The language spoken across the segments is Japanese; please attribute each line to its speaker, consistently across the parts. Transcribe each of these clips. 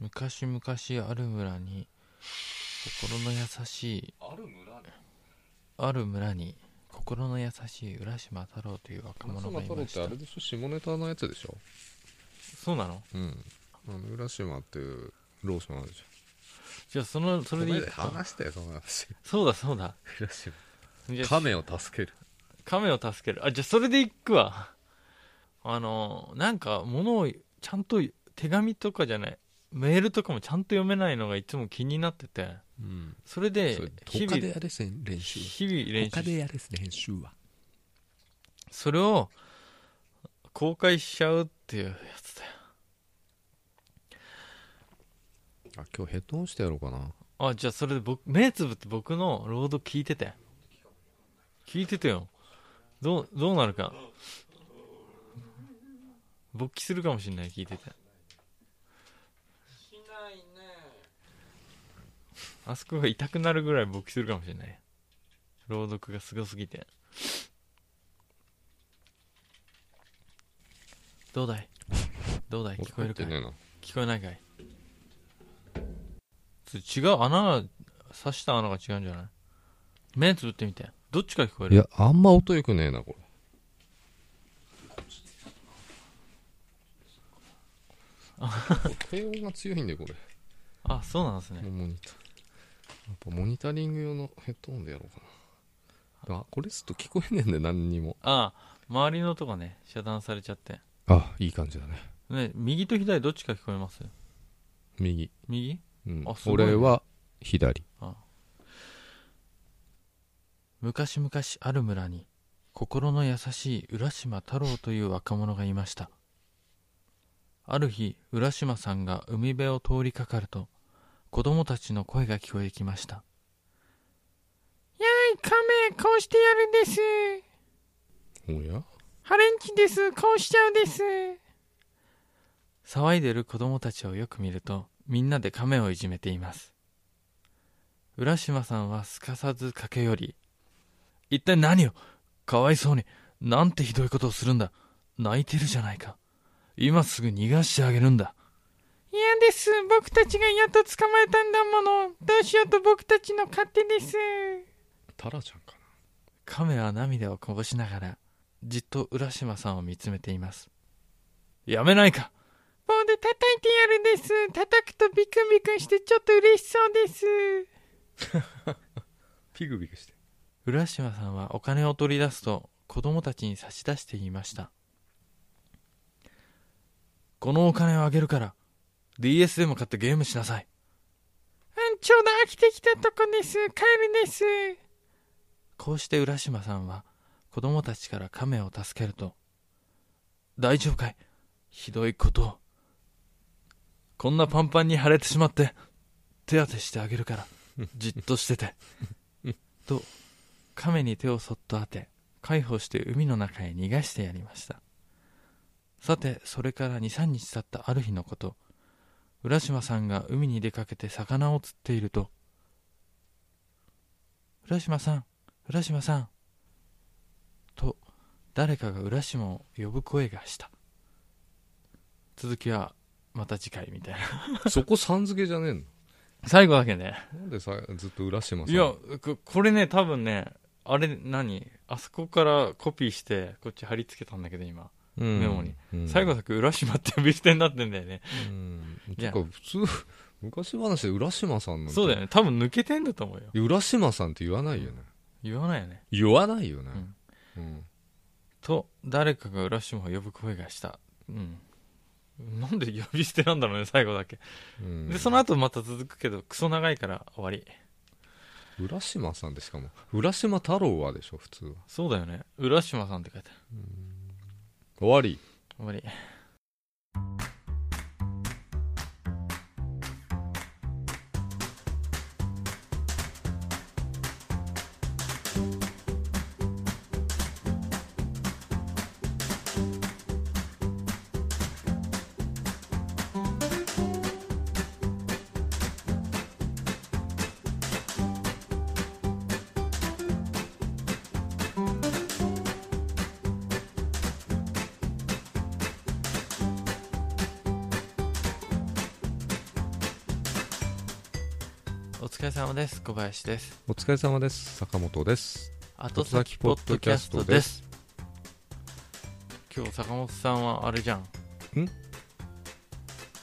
Speaker 1: 昔々ある村に心の優しい
Speaker 2: ある村
Speaker 1: ある村に心の優しい浦島太郎という若
Speaker 3: 浦
Speaker 1: 者
Speaker 3: 島
Speaker 1: がい
Speaker 3: 太郎
Speaker 1: ま
Speaker 3: っ
Speaker 1: して
Speaker 3: あ
Speaker 1: た
Speaker 3: れでしょ下ネタのやつでしょ
Speaker 1: そうなの
Speaker 3: うんあの浦島っていうローソンあるじ
Speaker 1: じゃあそのそ
Speaker 3: ゃん
Speaker 1: れでいい
Speaker 3: ごめん話してその話
Speaker 1: そうだそうだ
Speaker 3: 浦島
Speaker 1: じゃあ
Speaker 3: 亀を助ける
Speaker 1: 亀を助けるあじゃあそれでいくわあのなんか物をちゃんと手紙とかじゃないメールとかもちゃんと読めないのがいつも気になってて
Speaker 3: うん
Speaker 1: それで
Speaker 3: それ
Speaker 1: 日
Speaker 3: 他で
Speaker 1: 々
Speaker 3: やれせん練習
Speaker 1: 日々練習
Speaker 3: 他
Speaker 1: して
Speaker 3: でやれせん練習は
Speaker 1: それを公開しちゃうっていうやつだよ
Speaker 3: あ今日ヘッドホンしてやろうかな
Speaker 1: あじゃあそれで僕目つぶって僕の朗読聞いてて聞いててよどうどうなるか勃起するかもしれない聞いてて
Speaker 2: しないね
Speaker 1: あそこが痛くなるぐらい勃起するかもしれない朗読がすごすぎてどうだいどうだい聞こえるかい
Speaker 3: 俺入ってねえな
Speaker 1: 聞こえないかいつ違う穴が刺した穴が違うんじゃない目つぶってみてどっちから聞こえ
Speaker 3: い
Speaker 1: る
Speaker 3: や、あんま音良くねえな、これ。低音が強いんで、これ。
Speaker 1: あそうなんですね
Speaker 3: モニター。やっぱモニタリング用のヘッドホンでやろうかな。あ、これちょっと聞こえねえんだよ、何にも。
Speaker 1: あ周りの音がね遮断されちゃって
Speaker 3: あ、いい感じだね。
Speaker 1: ね右と左どっちから聞こえます
Speaker 3: 右。
Speaker 1: 右
Speaker 3: うん
Speaker 1: あすごいね
Speaker 3: 俺は左。
Speaker 1: 昔々ある村に心の優しい浦島太郎という若者がいましたある日浦島さんが海辺を通りかかると子供たちの声が聞こえてきました「やい亀こうしてやるです
Speaker 3: おや
Speaker 1: ハレンチですこうしちゃうです」騒いでる子供たちをよく見るとみんなで亀をいじめています浦島さんはすかさず駆け寄り一体何をかわいそうになんてひどいことをするんだ泣いてるじゃないか今すぐ逃がしてあげるんだ嫌です僕たちがやっと捕まえたんだものどうしようと僕たちの勝手です
Speaker 3: タラちゃんかな。
Speaker 1: 亀は涙をこぼしながらじっと浦島さんを見つめていますやめないか棒で叩いてやるです叩くとビクビクしてちょっと嬉しそうです
Speaker 3: ピグピグして。
Speaker 1: 浦島さんはお金を取り出すと子供たちに差し出して言いましたこのお金をあげるから DS でも買ってゲームしなさいうんちょうど飽きてきたとこです帰るですこうして浦島さんは子供たちから亀を助けると大丈夫かいひどいことをこんなパンパンに腫れてしまって手当てしてあげるからじっとしててと亀に手をそっと当て介抱して海の中へ逃がしてやりましたさてそれから23日経ったある日のこと浦島さんが海に出かけて魚を釣っていると「浦島さん浦島さん」と誰かが浦島を呼ぶ声がした続きはまた次回みたいな
Speaker 3: そこさん付けじゃねえの
Speaker 1: 最後だけね
Speaker 3: なんでさずっと浦島さん。
Speaker 1: いや、ここれね、多分ね、あれ、何あそこからコピーして、こっち貼り付けたんだけど、今。
Speaker 3: うん、
Speaker 1: メモに
Speaker 3: うん
Speaker 1: 最後だけ浦島って呼び捨てになってんだよね。
Speaker 3: うん。
Speaker 1: いや
Speaker 3: てか、普通、昔話で浦島さんなんて
Speaker 1: そうだよね。多分抜けてんだと思うよ。
Speaker 3: 浦島さんって言わないよね。
Speaker 1: 言わないよね。
Speaker 3: 言わないよね。うん。
Speaker 1: と、誰かが浦島を呼ぶ声がした。うん。なんで呼び捨てなんだろうね、最後だけ。
Speaker 3: うん
Speaker 1: で、その後また続くけど、クソ長いから終わり。
Speaker 3: 浦島さんでしかも浦島太郎はでしょ普通は
Speaker 1: そうだよね。浦島さんって書いてある。
Speaker 3: 終わり
Speaker 1: 終わり。お疲れ様です小林です
Speaker 3: お疲れ様です坂本です
Speaker 1: 後先ポッドキャストです今日坂本さんはあれじゃん
Speaker 3: ん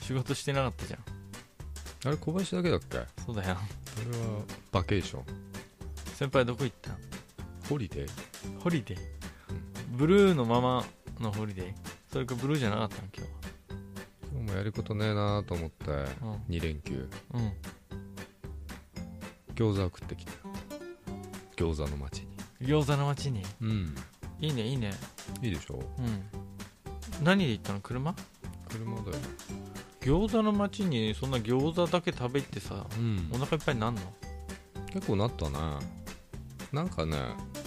Speaker 1: 仕事してなかったじゃん
Speaker 3: あれ小林だけだっけあれ
Speaker 1: そうだよ
Speaker 3: はバケーション
Speaker 1: 先輩どこ行ったん
Speaker 3: ホリデー
Speaker 1: ホリデーブルーのままのホリデーそれかブルーじゃなかったの今
Speaker 3: 今日もやることねえなと思って
Speaker 1: 日は
Speaker 3: 2連休
Speaker 1: うんうん
Speaker 3: 餃子を食ってきた餃子の街に
Speaker 1: 餃子の街に
Speaker 3: うん
Speaker 1: いいねいいね
Speaker 3: いいでしょ
Speaker 1: うん何で行ったの車
Speaker 3: 車だよ
Speaker 1: 餃子の街にそんな餃子だけ食べてさ
Speaker 3: うん
Speaker 1: お腹いっぱいになんの
Speaker 3: 結構なったねなんかね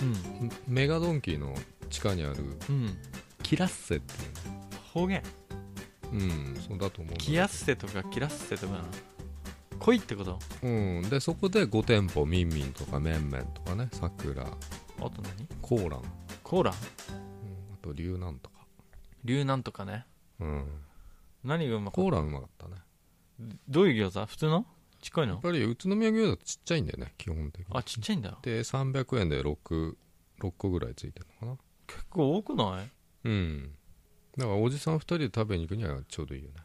Speaker 1: うん
Speaker 3: メガドンキーの地下にある
Speaker 1: うん
Speaker 3: キラッセって
Speaker 1: 方言
Speaker 3: いうのうんそうだと思うんだ
Speaker 1: キヤッセとかキラッセとかな濃いってこと
Speaker 3: うんでそこで5店舗ミンミンとかメンメンとかねさくら
Speaker 1: あと何
Speaker 3: コーラン、うん、
Speaker 1: コーラン
Speaker 3: あと龍なんとか
Speaker 1: 龍なんとかね
Speaker 3: うん
Speaker 1: 何がうまかっ
Speaker 3: コーランうまかったね
Speaker 1: たどういう餃子普通のちっこい
Speaker 3: やっ
Speaker 1: の
Speaker 3: ぱり宇都宮餃子ちっちゃいんだよね基本的に
Speaker 1: あちっちゃいんだ
Speaker 3: で300円で 6, 6個ぐらいついてるのか
Speaker 1: 結構多くない
Speaker 3: なうんだからおじさん2人で食べに行くにはちょうどいいよね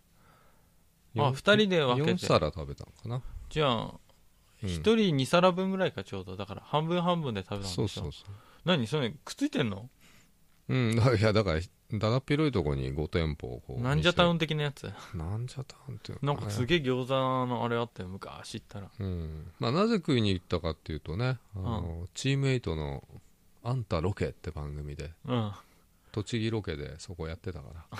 Speaker 1: あ二人で分け
Speaker 3: 4
Speaker 1: て
Speaker 3: 皿食べたのかな
Speaker 1: じゃあ
Speaker 3: うん
Speaker 1: 一人2皿分ぐらいかちょうどだから半分半分で食べたんでし
Speaker 3: そ
Speaker 1: ょ
Speaker 3: うそうそ
Speaker 1: 何それくっついてんの
Speaker 3: ううんだからいやだからだだっ広いとこに5店舗をこう
Speaker 1: なんじゃタウ
Speaker 3: ン
Speaker 1: ン的なやつ
Speaker 3: なんじゃタウンっていう
Speaker 1: なんかす
Speaker 3: ね
Speaker 1: げえ餃子のあれあったよ昔行ったら
Speaker 3: うんまあ、なぜ食いに行ったかっていうとねあの、チームエイトの「あんたロケ」って番組で
Speaker 1: うん
Speaker 3: 栃木ロケでそこやってた から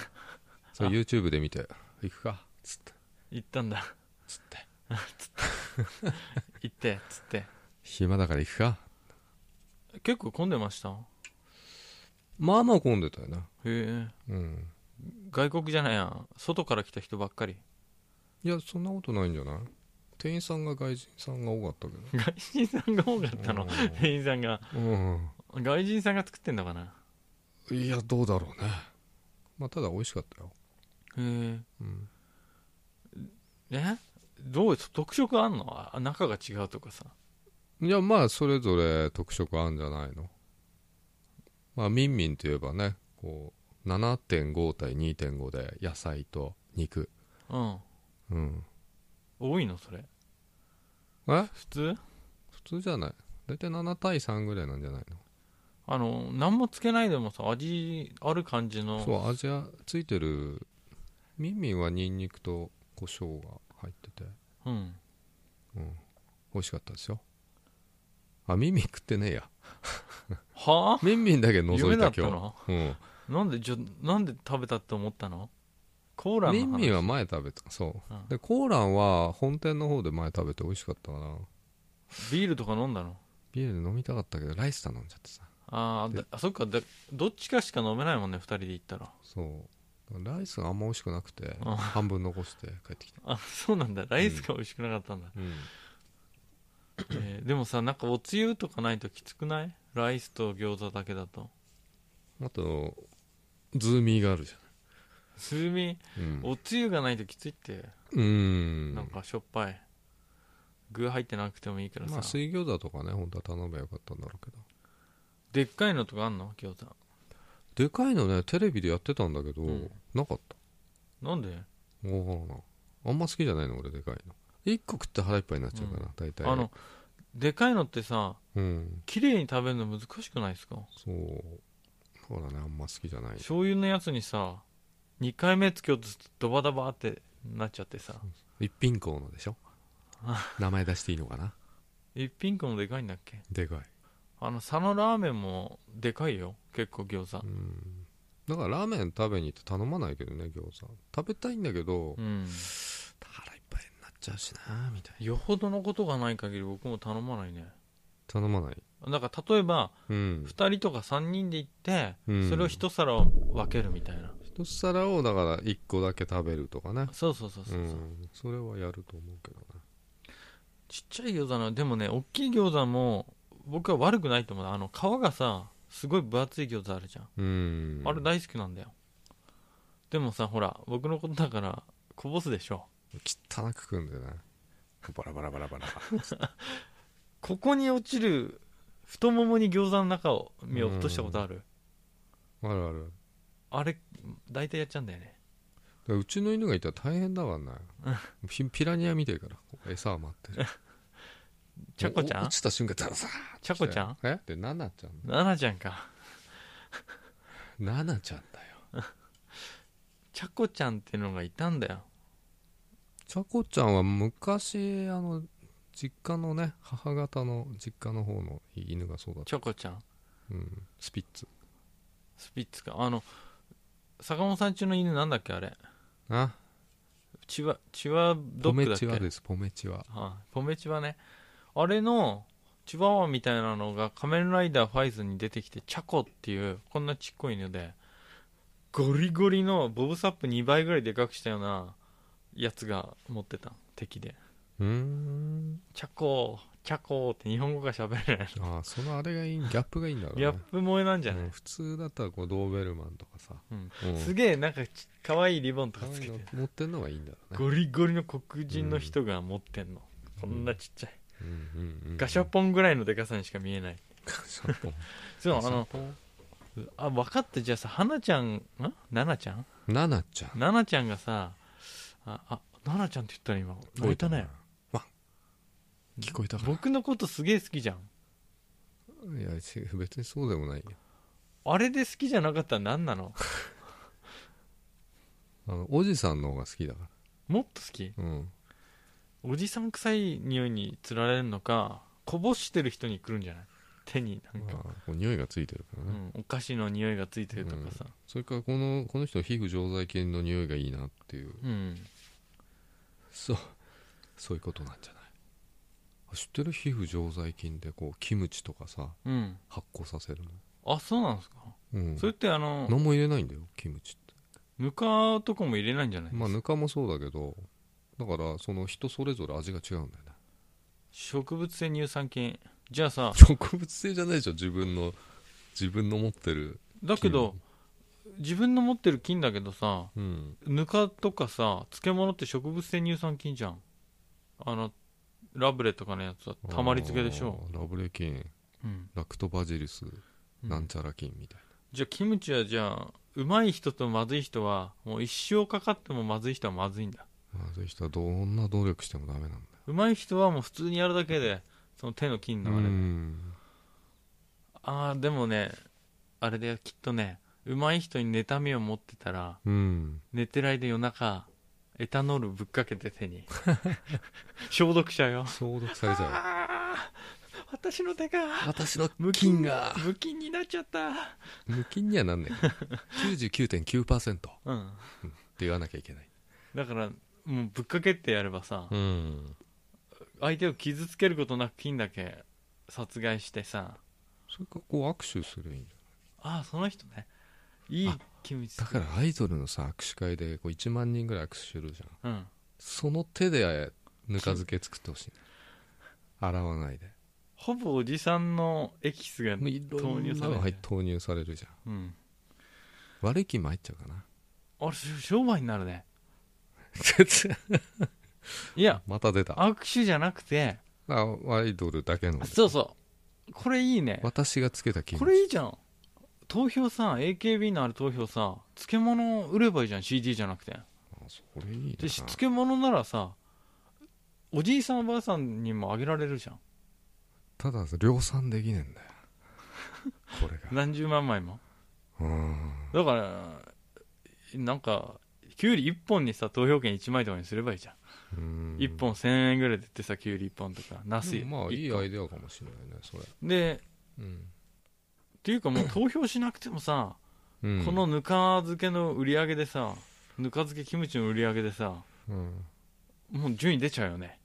Speaker 3: それ YouTube で見て「行くか」っつって
Speaker 1: 行ったんだ
Speaker 3: つって
Speaker 1: 行って つって
Speaker 3: 「暇だから行くか」
Speaker 1: 結構混んでましたへ
Speaker 3: まあまあ混んでたよな
Speaker 1: え
Speaker 3: うん
Speaker 1: 外国じゃないや外から来た人ばっか り
Speaker 3: いやそんなことないんじゃない店員さんが外人さんが多かったけど
Speaker 1: 外人さんが多かった
Speaker 3: う
Speaker 1: の
Speaker 3: ん
Speaker 1: 店員さんが
Speaker 3: うん
Speaker 1: 外人さんが作ってんだかない
Speaker 3: やどうだろうねまあただ美味しかったよ
Speaker 1: へ
Speaker 3: うん
Speaker 1: ええどう特色あんのあ中が違うとかさ
Speaker 3: いやまあそれぞれ特色あるんじゃないのまあミンミンといえばねこう7.5対2.5で野菜と肉
Speaker 1: うん
Speaker 3: うん
Speaker 1: 多いのそれ
Speaker 3: え
Speaker 1: 普通
Speaker 3: 普通じゃない大体7対3ぐらいなんじゃない
Speaker 1: あの何もつけないでもさ味ある感じ
Speaker 3: の
Speaker 1: の
Speaker 3: そう味はついてるミンミンはニンニクと胡椒が入ってて
Speaker 1: うん
Speaker 3: 美味しかったですよあミンミン食ってね えや
Speaker 1: はあ
Speaker 3: ミンミンだけ覗
Speaker 1: 夢
Speaker 3: い
Speaker 1: だっ
Speaker 3: た
Speaker 1: た
Speaker 3: 今
Speaker 1: の
Speaker 3: 日うん
Speaker 1: なんでじゃなんで食べたって思ったのコーラの
Speaker 3: ミ
Speaker 1: 話
Speaker 3: ンミンは前食べたそう、
Speaker 1: うん
Speaker 3: でコーランは本店の方で前食べて美味しかったかな
Speaker 1: ビールとか飲んだの
Speaker 3: ビール飲みたかったけどライス頼んじゃってさ
Speaker 1: あー
Speaker 3: で
Speaker 1: だあそっかだどっちかしか飲めないもんね2人で行ったら
Speaker 3: そうライスがあんま美味しくなくて
Speaker 1: うん
Speaker 3: 半分残して帰ってきた
Speaker 1: あそうなんだライスが美味しくなかったんだ、
Speaker 3: うん
Speaker 1: えーでもさなんかおつゆとかないときつくないライスと餃子だけだと
Speaker 3: あとズーミーがあるじ
Speaker 1: すみ
Speaker 3: ゃんうん
Speaker 1: おつゆがないときついって、
Speaker 3: うん
Speaker 1: なんかしょっぱい具入ってなくてもいいからさ、
Speaker 3: まあ水餃子とかね本当は頼めばよかったんだろうけど
Speaker 1: でっかいのとかあんの餃子
Speaker 3: でかいのねテレビでやってたんだけど、
Speaker 1: うん
Speaker 3: なかった
Speaker 1: なんで
Speaker 3: わからないあんま好きじゃないの俺でかいの1個食って腹いっぱいになっちゃうか
Speaker 1: う
Speaker 3: ら、
Speaker 1: ん
Speaker 3: 大体
Speaker 1: あのでかいのってさ
Speaker 3: うん
Speaker 1: 綺麗に食べるの難しくないですか
Speaker 3: そうそうだねあんま好きじゃない
Speaker 1: 醤油のやつにさ2回目つけようとするとドバドバってなっちゃってさ
Speaker 3: 一品校の でしょ名前出していいのかな
Speaker 1: 一品庫もでかいんだっけ
Speaker 3: でかい
Speaker 1: あの佐野ラーメンもでかいよ結構餃子
Speaker 3: うんだからラーメン食べに行って頼まないけどね餃子食べたいんだけど、
Speaker 1: うん
Speaker 3: 腹いっぱいになっちゃうしなみたいな
Speaker 1: よほどのことがない限り僕も頼まないね
Speaker 3: 頼まない
Speaker 1: だから例えば
Speaker 3: うん
Speaker 1: 2人とか3人で行って、
Speaker 3: うん
Speaker 1: それを1皿を分けるみたいな
Speaker 3: 一皿をだから1個だけ食べるとかね
Speaker 1: そうそうそうそうう、
Speaker 3: んそれはやると思うけどね
Speaker 1: ちっちゃい餃子のでもね大きい餃子も僕は悪くないと思うあの皮がさすごい分厚い餃子あるじゃん
Speaker 3: うん
Speaker 1: あれ大好きなんだよでもさほら僕のことだからこぼすでしょ
Speaker 3: 汚く食うんだよねバラバラバラバラ
Speaker 1: ここに落ちる太ももに餃子の中を見落としたことある
Speaker 3: あるある
Speaker 1: あれ大体やっちゃうんだよね
Speaker 3: だからうちの犬がいたら大変だからなピピラニア見てるからこう餌を待ってる
Speaker 1: ちゃこちゃ
Speaker 3: お
Speaker 1: ん
Speaker 3: 落ちた瞬間ザラザラ
Speaker 1: ちゃこちゃん
Speaker 3: えでナナちゃん
Speaker 1: ななちゃんか
Speaker 3: ナナちゃんだよ
Speaker 1: ちゃこちゃんってのがいたんだよ
Speaker 3: ちゃこちゃんは昔あの実家のね母方の実家の方の犬がそうだった、
Speaker 1: ちゃこちゃん
Speaker 3: うん、スピッツ
Speaker 1: スピッツかあの坂本さんちの犬なんだっけあれ
Speaker 3: あ
Speaker 1: チワチワド
Speaker 3: ポ
Speaker 1: ッグ
Speaker 3: メ
Speaker 1: だっ
Speaker 3: チ
Speaker 1: け
Speaker 3: ワですポメチワ
Speaker 1: はいポメチワねあれのチワワみたいなのが仮面ライダーファイズに出てきてチャコっていうこんなちっこい犬でゴリゴリのボブサップ2倍ぐらいでかくしたようなやつが持ってた敵で
Speaker 3: うーん
Speaker 1: チャコチャコって日本語が喋れない
Speaker 3: ああそのあれがいいギャップがいいんだろう
Speaker 1: ギャップ萌えなんじゃない、
Speaker 3: うん普通だったらこうドーベルマンとかさ、
Speaker 1: うん
Speaker 3: うん
Speaker 1: すげえなんかち可愛いリボンと
Speaker 3: あ
Speaker 1: か
Speaker 3: あ
Speaker 1: つ
Speaker 3: い
Speaker 1: け
Speaker 3: う
Speaker 1: て
Speaker 3: の持ってんのがいいんだろうね
Speaker 1: ゴリゴリの黒人の人が持ってんの、こんなちっちゃい
Speaker 3: うんうんうん
Speaker 1: ガシャポンぐらいのでかさにしか見えない
Speaker 3: ガシャポン
Speaker 1: そうあ
Speaker 3: ガシャ
Speaker 1: の
Speaker 3: ポン
Speaker 1: あ分かったじゃあさ花ちゃんんナナちゃん
Speaker 3: ナナちゃん
Speaker 1: ナナちゃんがさああナナちゃんって言ったら今泣いたね
Speaker 3: 聞こえたかな
Speaker 1: 僕のことすげえ好きじゃん
Speaker 3: いや違う別にそうでもないよ
Speaker 1: あれで好きじゃなかったら何なの
Speaker 3: あのおじさんの方が好きだか
Speaker 1: もっと好き
Speaker 3: らうん
Speaker 1: おじさん臭い匂いにつられるのかこぼしてる人に来るんじゃない手になん
Speaker 3: まあ
Speaker 1: か、
Speaker 3: こう匂いがついてるから
Speaker 1: う
Speaker 3: ね、
Speaker 1: ん、お菓子の匂いがついてるとかさ、
Speaker 3: それからこのこの人の皮膚常在菌の匂いがいいなっていう
Speaker 1: うん、
Speaker 3: そうそういうことなんじゃないあ知ってる皮膚常在菌でこうキムチとかさ
Speaker 1: うん、
Speaker 3: 発酵させる
Speaker 1: あそうなんですか、
Speaker 3: のうん
Speaker 1: それってあの
Speaker 3: 何も入れないんだよキムチって
Speaker 1: ぬかとかも入れないんじゃない、
Speaker 3: まあぬかもそうだけどだからその人それぞれ味が違うんだよね
Speaker 1: 植物性乳酸菌じゃあさ
Speaker 3: 植物性じゃないでしょ自分の自分の持ってる
Speaker 1: だけど自分の持ってる菌だけどさ
Speaker 3: うん
Speaker 1: ぬかとかさ漬物って植物性乳酸菌じゃんあのラブレとかのやつはたまり漬けでしょ、
Speaker 3: あーラブレ菌
Speaker 1: うん
Speaker 3: ラクトバジルス
Speaker 1: うん
Speaker 3: なんちゃら菌みたい
Speaker 1: じゃあキムチはじゃあうまい人とまずい人はもう一生かかってもまずい人はまずいんだ
Speaker 3: な、まあそういう人はどんな努力してもダメなんだよ
Speaker 1: うまい人はもう普通にやるだけでその手の菌
Speaker 3: う
Speaker 1: のあれ、
Speaker 3: ん
Speaker 1: ああでもねあれだよきっとねうまい人に妬みを持ってたら
Speaker 3: うん
Speaker 1: 寝てる間夜中エタノールぶっかけて手に 消毒者よ
Speaker 3: 消毒されちゃ
Speaker 1: ああ 私の手が
Speaker 3: う私の
Speaker 1: 無
Speaker 3: 菌が
Speaker 1: 無菌になっちゃった
Speaker 3: 無菌にはなんねえから99.9%って
Speaker 1: うん
Speaker 3: 言わなきゃいけない
Speaker 1: だからもうぶっかけってやればさ、
Speaker 3: うん
Speaker 1: 相手を傷つけることなく菌だけ殺害してさ
Speaker 3: それかこう握手するいいんじ
Speaker 1: ああその人ねいい
Speaker 3: あ
Speaker 1: 気持ち
Speaker 3: ゃんだからアイドルのさ握手会でこう1万人ぐらい握手するじゃん
Speaker 1: らうん
Speaker 3: その手でぬか漬け作ってほしいね洗わないで
Speaker 1: ほぼおじさんのエキスが
Speaker 3: もういろんな
Speaker 1: 投入される
Speaker 3: はい投入されるじゃん
Speaker 1: うん
Speaker 3: 悪い気も入っちゃうかな
Speaker 1: あれし商売になるねい
Speaker 3: いや
Speaker 1: や
Speaker 3: また出た
Speaker 1: 握手じゃなくて
Speaker 3: あアイドルだけの
Speaker 1: そうそうこれいいね
Speaker 3: 私がつけた気
Speaker 1: これいいじゃん投票さ AKB のある投票さ漬物売ればいいじゃん CD じゃなくて
Speaker 3: あそれいい
Speaker 1: で
Speaker 3: な
Speaker 1: し漬物ならさおじいさんおばあさんにもあげられるじゃん
Speaker 3: ただ量産できねえんだよこれが
Speaker 1: 何十万枚も
Speaker 3: うん
Speaker 1: だからなんかきゅうり1本にさ投票券1枚とかにすればいいじゃん、
Speaker 3: うん
Speaker 1: 1本1000円ぐらいで売ってさきゅうり1本とかなす
Speaker 3: でもまあいいアイデアかもしれないねそれ、
Speaker 1: で
Speaker 3: うん
Speaker 1: っていうかもう投票しなくてもさ、
Speaker 3: うん
Speaker 1: この、ぬか漬けの売り上げでさぬか漬けキムチの売り上げでさ
Speaker 3: うん、
Speaker 1: もう順位出ちゃうよね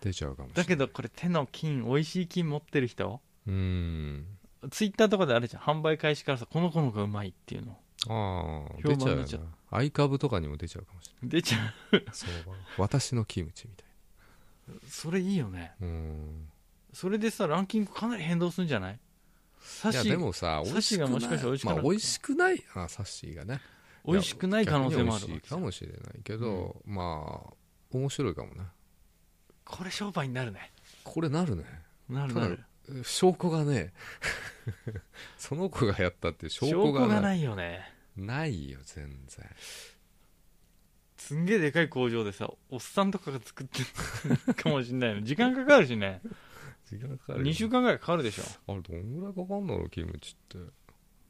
Speaker 3: 出ちゃうかもしれ
Speaker 1: だ
Speaker 3: ない
Speaker 1: けどこれ手の菌美味しい菌持ってる人
Speaker 3: うん
Speaker 1: ツイッターとかであるじゃん販売開始からさこの子のがうまいっていうの
Speaker 3: ああ
Speaker 1: 評
Speaker 3: 出
Speaker 1: 判
Speaker 3: ちゃうよ
Speaker 1: 出ちゃう
Speaker 3: なアイカブとかにも出ちゃうかもしれ
Speaker 1: 出ちゃ
Speaker 3: ないそう私のキムチみたいう
Speaker 1: それいいよね
Speaker 3: なうん
Speaker 1: それでさランキングかなり変動するんじゃないサ
Speaker 3: いや
Speaker 1: シ
Speaker 3: でもさ美味しくな
Speaker 1: サシがも
Speaker 3: い
Speaker 1: しかしたら美味しくな
Speaker 3: ま
Speaker 1: い
Speaker 3: あ、美味しくないあサッシーがね
Speaker 1: 美味しくない可能性もあ
Speaker 3: 逆
Speaker 1: るわ
Speaker 3: に美味し
Speaker 1: け
Speaker 3: いかもしれないけど、まあ面白いかもね
Speaker 1: これ商売になるね
Speaker 3: これなるね
Speaker 1: なる
Speaker 3: ただ
Speaker 1: なる
Speaker 3: 証拠がね その子がやったっていう証
Speaker 1: 証
Speaker 3: 拠
Speaker 1: 拠
Speaker 3: が
Speaker 1: が
Speaker 3: な
Speaker 1: ないいよね
Speaker 3: ないよ全然
Speaker 1: すんげえでかい工場でさおっさんとかが作って るかもしんないの時間かかるしね
Speaker 3: 時間かか
Speaker 1: 2週間ぐらいかかるでしょ
Speaker 3: あれどんぐらいかかんだろうキムチって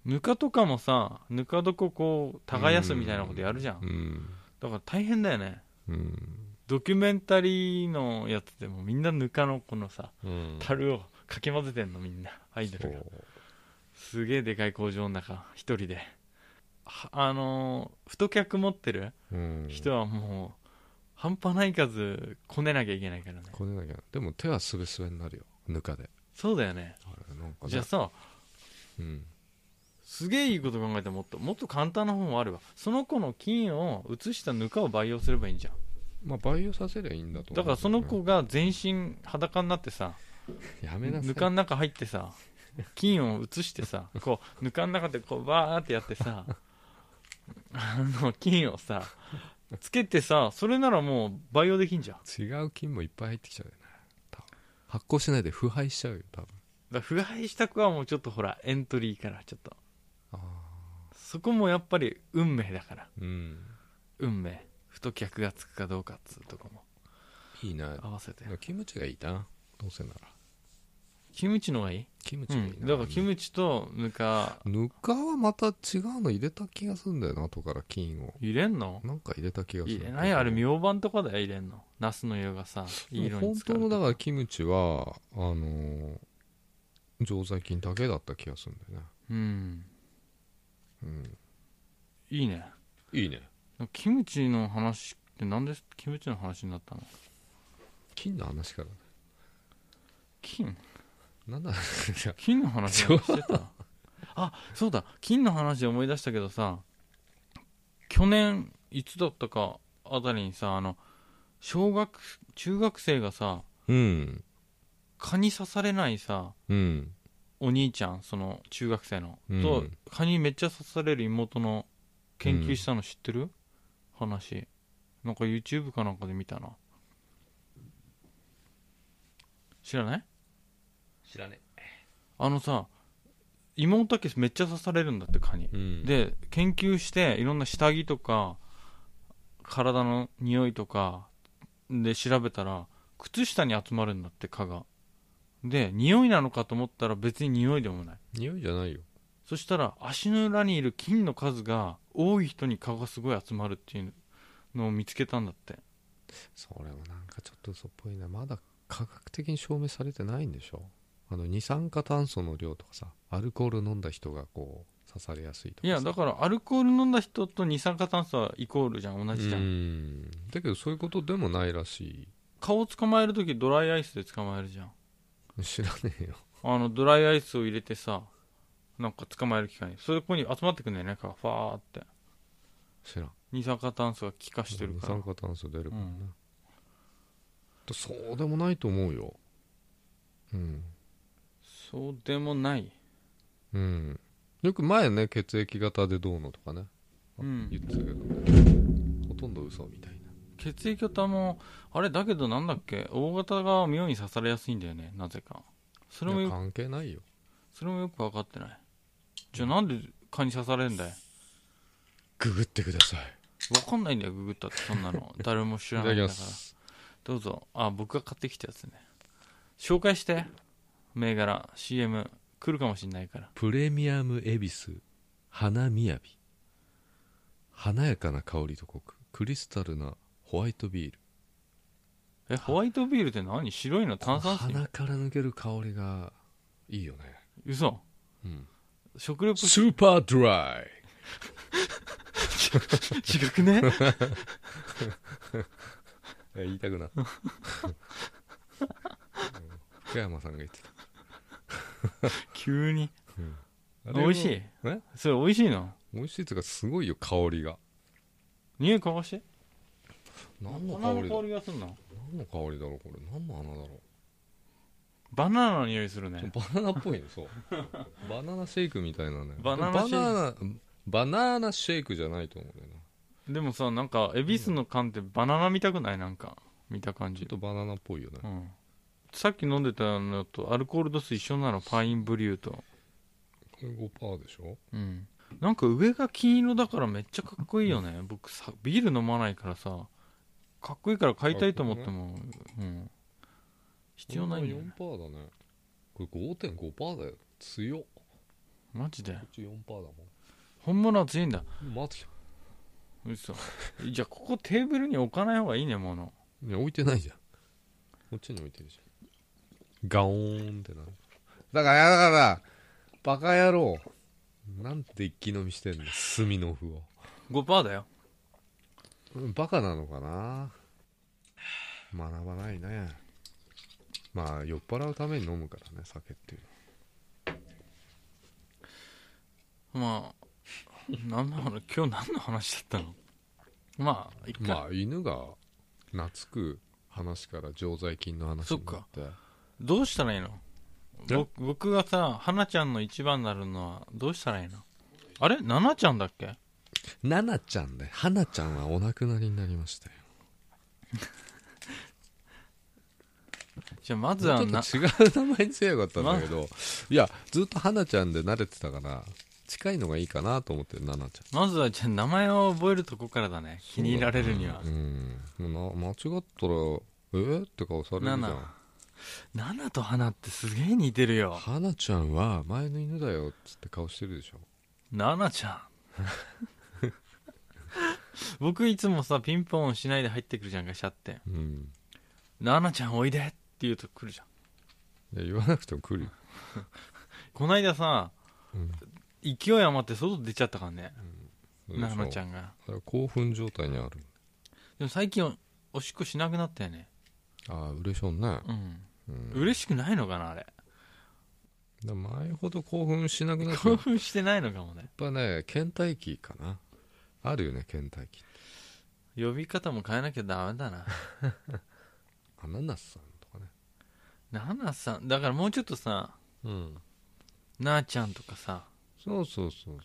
Speaker 1: ぬかとかもさぬか床こう耕すみたいなことやるじゃん
Speaker 3: うん
Speaker 1: だから大変だよね
Speaker 3: うん
Speaker 1: ドキュメンタリーのやつでもみんなぬかのこのさ
Speaker 3: うん
Speaker 1: 樽をかき混ぜてんのみんなアイドルが
Speaker 3: そう
Speaker 1: すげえでかい工場の中一人ではあのー太客持ってる
Speaker 3: うん
Speaker 1: 人はもう半端ない数こねなきゃいけないからね
Speaker 3: こねなきゃでも手はすべすべになるよぬかで
Speaker 1: そうだよね
Speaker 3: あれなんかね
Speaker 1: じゃあさ
Speaker 3: うん
Speaker 1: すげえいいこと考えてもっともっと簡単な方もあるわその子の菌を移したぬかを培養すればいいんじゃん
Speaker 3: まあ培養させりゃいいんだと思
Speaker 1: だ
Speaker 3: う
Speaker 1: からその子が全身裸になってさ
Speaker 3: やめなさい
Speaker 1: ぬかの中入って さ菌を移してさこうぬかの中でこうバーってやってさあの菌をさつけてさそれならもう培養できんじゃんだか
Speaker 3: 違う菌もいっぱい入ってきちゃうよね多分発酵しないで腐敗しちゃうよ多分
Speaker 1: ら腐敗した子はもうちょっとほらエントリーからちょっと
Speaker 3: あ
Speaker 1: そこもやっぱり運命だから
Speaker 3: うん
Speaker 1: 運命ふと客がつくかどうかっつうとこも
Speaker 3: いいな
Speaker 1: 合わせて
Speaker 3: キムチがいいなどうせなら
Speaker 1: キムチの方がいい
Speaker 3: キムチ
Speaker 1: う
Speaker 3: がいいな、
Speaker 1: んだからキムチとぬか
Speaker 3: ぬかはまた違うの入れた気がするんだよな後から菌を
Speaker 1: 入れんの
Speaker 3: なんか入れた気がする
Speaker 1: 入れないあれ明晩とかだよ入れんのナスの色がさいい色に
Speaker 3: 本
Speaker 1: 使
Speaker 3: 当
Speaker 1: う
Speaker 3: のだからキムチはあのー常在菌だけだった気がするんだよね
Speaker 1: うん
Speaker 3: うん
Speaker 1: いいね
Speaker 3: いいね
Speaker 1: キムチの話ってなんでキムチの話になったの
Speaker 3: 菌の話から
Speaker 1: 金
Speaker 3: なんだいや
Speaker 1: 金の話なんかしてた あそうだ金の話で思い出したけどさ去年いつだったかあたりにさあの小学中学生がさ
Speaker 3: うん
Speaker 1: 蚊に刺されないさ
Speaker 3: うん
Speaker 1: お兄ちゃんその中学生の、
Speaker 3: うん
Speaker 1: と蚊にめっちゃ刺される妹の研究したの知ってる、話なんか YouTube かなんかで見たな知らない
Speaker 2: 知らね
Speaker 1: あのさ妹だけめっちゃ刺されるんだって蚊に、
Speaker 3: うん
Speaker 1: で研究していろんな下着とか体の匂いとかで調べたら靴下に集まるんだって蚊がで匂いなのかと思ったら別に匂いでもない
Speaker 3: 匂いじゃないよ
Speaker 1: そしたら足の裏にいる菌の数が多い人に蚊がすごい集まるっていうのを見つけたんだって
Speaker 3: それもなんかちょっと嘘っぽいなまだ科学的に証明されてないんでしょあの二酸化炭素の量とかさアルコール飲んだ人がこう刺されやすいとか
Speaker 1: いやだからアルコール飲んだ人と二酸化炭素はイコールじゃん同じじゃん、
Speaker 3: うんだけどそういうことでもないらし
Speaker 1: 顔を捕まえる時ドライアイスで捕まえるじゃん
Speaker 3: い知らねえよ
Speaker 1: あのドライアイスを入れてさなんか捕まえる機械にそういう子に集まってくんだよね蚊がファーって
Speaker 3: 知らん
Speaker 1: 二酸化炭素が気化してる
Speaker 3: 二
Speaker 1: から
Speaker 3: 酸化炭素出るからね、
Speaker 1: う
Speaker 3: とそうでもないと思うようん
Speaker 1: そうでもない
Speaker 3: うんよく前ね血液型でどうのとかね、
Speaker 1: うん
Speaker 3: 言ってたけどほとんど嘘みたいな
Speaker 1: 血液型もあれだけどなんだっけ O 型が妙に刺されやすいんだよねなぜかそれも
Speaker 3: い
Speaker 1: よ
Speaker 3: や
Speaker 1: く
Speaker 3: 関係ないよ
Speaker 1: それもよく分かってないじゃあなんで蚊に刺されんだよ
Speaker 3: ググってください
Speaker 1: 分かんないんだよググったってそんな の誰も知
Speaker 3: い
Speaker 1: ら
Speaker 3: た
Speaker 1: ない
Speaker 3: だ
Speaker 1: ん
Speaker 3: き
Speaker 1: だ
Speaker 3: ま
Speaker 1: から
Speaker 3: す
Speaker 1: どうぞあ僕が買ってきたやつね紹介して銘柄 CM 来るかもしんないから
Speaker 3: プレミアム恵比寿花みやび華やかな香りとコククリスタルなホワイトビール
Speaker 1: えホワイトビールって何白いの炭酸水
Speaker 3: 鼻から抜ける香りがいいよね、
Speaker 1: 嘘
Speaker 3: うん、
Speaker 1: 食レポ
Speaker 3: スーパードライ
Speaker 1: 違くね
Speaker 3: え言いたくなったうん福山さんが言ってた
Speaker 1: 急に
Speaker 3: あれも
Speaker 1: 美味しい
Speaker 3: え
Speaker 1: それ美味しいの
Speaker 3: 美味しいっていうかすごいよ香りが
Speaker 1: 匂い嗅がして
Speaker 3: 何の
Speaker 1: 粉
Speaker 3: 香
Speaker 1: の
Speaker 3: りだ
Speaker 1: 香りがするの
Speaker 3: 何の香りだろうこれ何の花だろ
Speaker 1: バナナの匂いするね
Speaker 3: うバナナっぽいね そうバナナシェイクみたいなね
Speaker 1: バナナシェイク
Speaker 3: でもバナナバナナシェイクじゃないと思うね
Speaker 1: でもさなんか恵比寿の缶ってバナナ見たくないなんか見た感
Speaker 3: ちょっ
Speaker 1: じ、
Speaker 3: とバナナっぽいよね
Speaker 1: うん、さっき飲んでたのとアルコール度数一緒なのパインブリューと、
Speaker 3: これ5%でしょ
Speaker 1: うん、なんか上が金色だからめっちゃかっこいいよね、僕さビール飲まないからさかっこいいから買いたいと思っても、うん、必要ないんだよね
Speaker 3: これ4%だねこれ5.5%だよ強っこ
Speaker 1: マジで
Speaker 3: っち4%だも
Speaker 1: 本物は強いんだ
Speaker 3: ん待って
Speaker 1: 嘘じゃあここテーブルに置かない方がいいねもの
Speaker 3: いや置いてないじゃんこっちに置いてるじゃんガオーンってなるだからだからバカ野郎なんて一気飲みしてんのスミノフを
Speaker 1: 5%だよ
Speaker 3: うんバカなのかな学ばないねまあ酔っ払うために飲むからね酒っていう
Speaker 1: まあ何の話今日何の話だったのまあ一回、
Speaker 3: のはまあ犬が懐く話から常在菌の話になって
Speaker 1: どうしたらいいの
Speaker 3: え
Speaker 1: ぼ僕がさ花ちゃんの一番になるのはどうしたらいいのあれ奈々ちゃんだっけ
Speaker 3: ナナちゃんで花ちゃんはお亡くなりになりましたよ
Speaker 1: じゃあまず
Speaker 3: ちょっ
Speaker 1: は
Speaker 3: と
Speaker 1: な
Speaker 3: 違う名前にせよかったんだけど、いやずっと花ちゃんで慣れてたから近いのがいいかなと思ってナナちゃん
Speaker 1: まずはじゃあ名前を覚えるとこからだね気に入られるには
Speaker 3: うんもうな間違ったらえーって顔されるじ
Speaker 1: ナ
Speaker 3: ゃん
Speaker 1: ナナナと花ってすげえ似てるよ
Speaker 3: 花ちゃんは前の犬だよっつって顔してるでしょ
Speaker 1: ナナちゃん 僕いつもさピンポンしないで入ってくるじゃんガシャって
Speaker 3: うん
Speaker 1: 「ナナちゃんおいで」って言うと来るじゃん
Speaker 3: いや言わなくても来るよ
Speaker 1: こないださ
Speaker 3: うん
Speaker 1: 勢い余って外出ちゃったからねナナち
Speaker 3: ん
Speaker 1: ゃんが
Speaker 3: 興奮状態にある
Speaker 1: でも最近おおしっこしなくなったよね
Speaker 3: ああ嬉しょんね、
Speaker 1: うん
Speaker 3: うん、
Speaker 1: 嬉しくないのかなあれ
Speaker 3: だ前ほど興奮しなくなった
Speaker 1: 興
Speaker 3: やっ
Speaker 1: 奮してないのかもね
Speaker 3: ぱね倦怠期かなあるよね倦怠期
Speaker 1: 呼び方も変えなきゃダメだな
Speaker 3: アナナスさんとかね
Speaker 1: ナナさんだからもうちょっとさ
Speaker 3: うん
Speaker 1: なあちゃんとかさ
Speaker 3: そうそうそう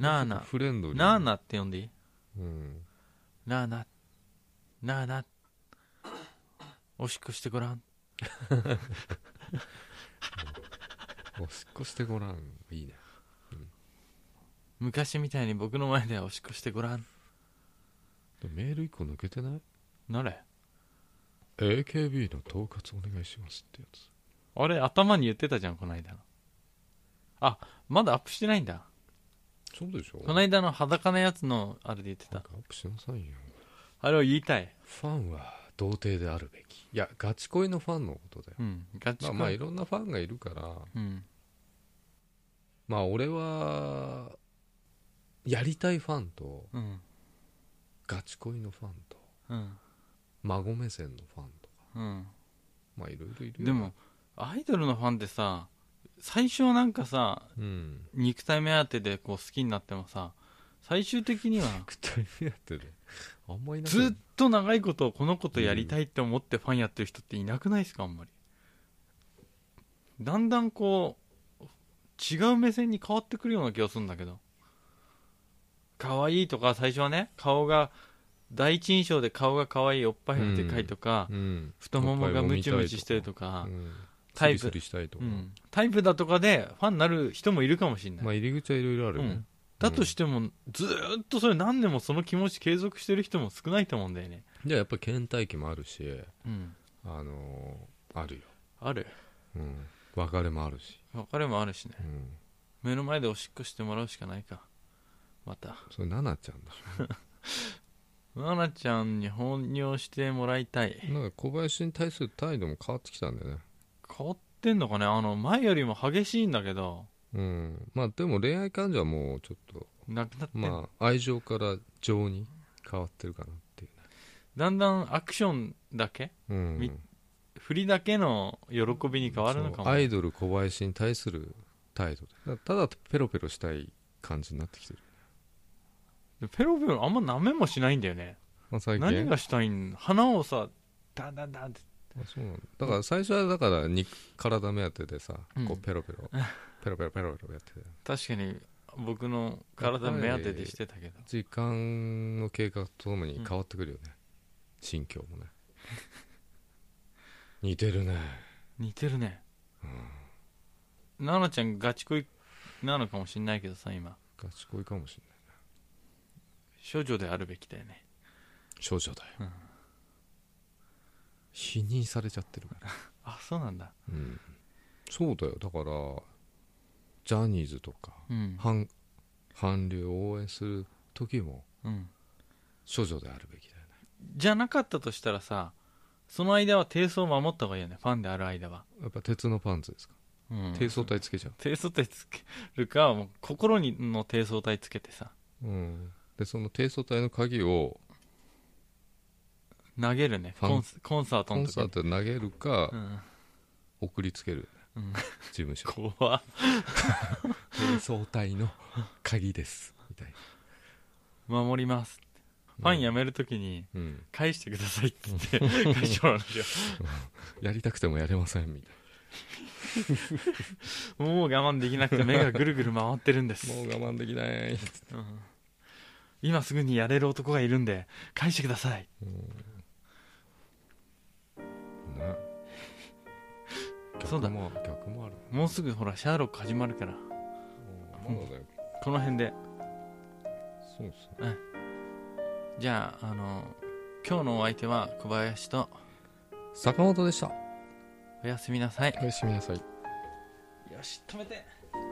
Speaker 1: なあな
Speaker 3: フレンドリー
Speaker 1: なあなって呼んでいい
Speaker 3: うん
Speaker 1: なあななあなおしっこしてごらん
Speaker 3: おしっこしてごらんいいね
Speaker 1: 昔みたいに僕の前ではおしっこしてごらん
Speaker 3: でもメール一個抜けてない
Speaker 1: なれ
Speaker 3: AKB の統括お願いしますってやつ
Speaker 1: あれ頭に言ってたじゃんこの間のあまだアップしてないんだ
Speaker 3: そうでしょ
Speaker 1: この間の裸のやつのあれで言って
Speaker 3: なん
Speaker 1: た
Speaker 3: かアップしなさいよ
Speaker 1: あれを言いたい
Speaker 3: ファンは童貞であるべきいやガチ恋のファンのことだよ
Speaker 1: うんガチ
Speaker 3: まあ
Speaker 1: 恋、
Speaker 3: まあいろんなファンがいるから
Speaker 1: うん
Speaker 3: まあ俺はやりたいファンと
Speaker 1: うん
Speaker 3: ガチ恋のファンと
Speaker 1: うん
Speaker 3: 孫目線のファンとか
Speaker 1: うん
Speaker 3: まあいろいろいるよ
Speaker 1: でもアイドルのファンってさ最初はなんかさ
Speaker 3: うん
Speaker 1: 肉体目当てでこう好きになってもさ最終的には
Speaker 3: 具体目当てであんまいなくない
Speaker 1: ずっと長いことこの子とやりたいって思ってファンやってる人っていなくないですかあんまりだんだんこう違う目線に変わってくるような気がするんだけど可愛いとか最初はね顔が第一印象で顔が可愛いおっぱいがでかいとか、
Speaker 3: うん
Speaker 1: 太ももがムチムチしてるとか
Speaker 3: うん
Speaker 1: タイプ
Speaker 3: スリスリしたいとか、
Speaker 1: うんタイプだとかでファンになる人もいるかもしれない、
Speaker 3: まあ入り口はいろいろあるよね、
Speaker 1: うんだとしてもずーっとそれ何年もその気持ち継続してる人も少ないと思うんだよね
Speaker 3: じゃあやっぱり倦怠期もあるし
Speaker 1: うん
Speaker 3: あのーあるよ、
Speaker 1: ある
Speaker 3: うん、別れもあるし、
Speaker 1: 別れもあるしね
Speaker 3: うん、
Speaker 1: 目の前でおしっこしてもらうしかないかまた
Speaker 3: それ奈々ちゃんでし
Speaker 1: 奈々ちゃんに本尿してもらいたい
Speaker 3: ょなんか小林に対する態度も変わってきたんだよね
Speaker 1: 変わってんのかねあの前よりも激しいんだけど
Speaker 3: うんまあでも恋愛感情はもうちょっと
Speaker 1: なくなってん、
Speaker 3: まあ愛情から情に変わってるかなっていう
Speaker 1: だんだんアクションだけ
Speaker 3: ね、うん、
Speaker 1: み振りだけの喜びに変わるのか
Speaker 3: そ
Speaker 1: も
Speaker 3: うア
Speaker 1: ね、
Speaker 3: イドル小林に対する態度だからただペロペロしたい感じになってきてる、
Speaker 1: ペロペロあんま舐めもしないんだよね
Speaker 3: まあ、最近
Speaker 1: 何がしたいん花をさダンダンダンって
Speaker 3: あそうなんだだから最初はだから肉体目当てでさ、
Speaker 1: うん
Speaker 3: こうペロペロペロペロペロペロやってて
Speaker 1: 確かに僕の体目当てでしてたけど
Speaker 3: 時間の経過とともに変わってくるよね、心境もね似てるね
Speaker 1: 似てるね奈々ちゃんガチ恋なのかもしんないけどさ今
Speaker 3: ガチ恋かもしれな
Speaker 1: 処
Speaker 3: い
Speaker 1: 女であるべきだよね
Speaker 3: 少女だよ、
Speaker 1: うん
Speaker 3: 否認されちゃってるから、
Speaker 1: あそうなんだ
Speaker 3: うん、そうだよだからジャニーズとか
Speaker 1: うん
Speaker 3: 韓韓流を応援する時も
Speaker 1: うん
Speaker 3: 少女であるべきだよ
Speaker 1: じゃなかったとしたらさその間は低層を守った方がいいよねファンである間は、
Speaker 3: やっぱ鉄のパンツですか、
Speaker 1: うん、
Speaker 3: 低層帯つけちゃ
Speaker 1: 低層体つけるかもう心にの低層体つけてさ
Speaker 3: う、うん、でその低層帯の鍵を
Speaker 1: 投げるね
Speaker 3: ファン
Speaker 1: コンスコンサート
Speaker 3: コ
Speaker 1: の
Speaker 3: ン
Speaker 1: 時
Speaker 3: サートで投げるか、
Speaker 1: うん、
Speaker 3: 送りつける、
Speaker 1: うん
Speaker 3: 事務所
Speaker 1: 怖っ
Speaker 3: 低層帯の鍵ですみたい
Speaker 1: 守りますファン辞めるときに
Speaker 3: な、うん、
Speaker 1: 返してくださいって言 って返してもらうんですよ
Speaker 3: やりたくてもやれませんみたい
Speaker 1: もう我慢でき なくて目がぐるぐる回ってるんです
Speaker 3: なもう我慢できない
Speaker 1: うん今すぐにやれる男がいるんで返してください
Speaker 3: ね
Speaker 1: そうだ
Speaker 3: 逆も逆もある
Speaker 1: もうすぐほらシャーロック始まるから
Speaker 3: うんまだだよ
Speaker 1: この辺で
Speaker 3: そうですね
Speaker 1: じゃああの今日のお相手は小林と
Speaker 3: 坂本でした
Speaker 1: おやすみなさい
Speaker 3: おやすみなさい
Speaker 1: よし止めて
Speaker 3: はい。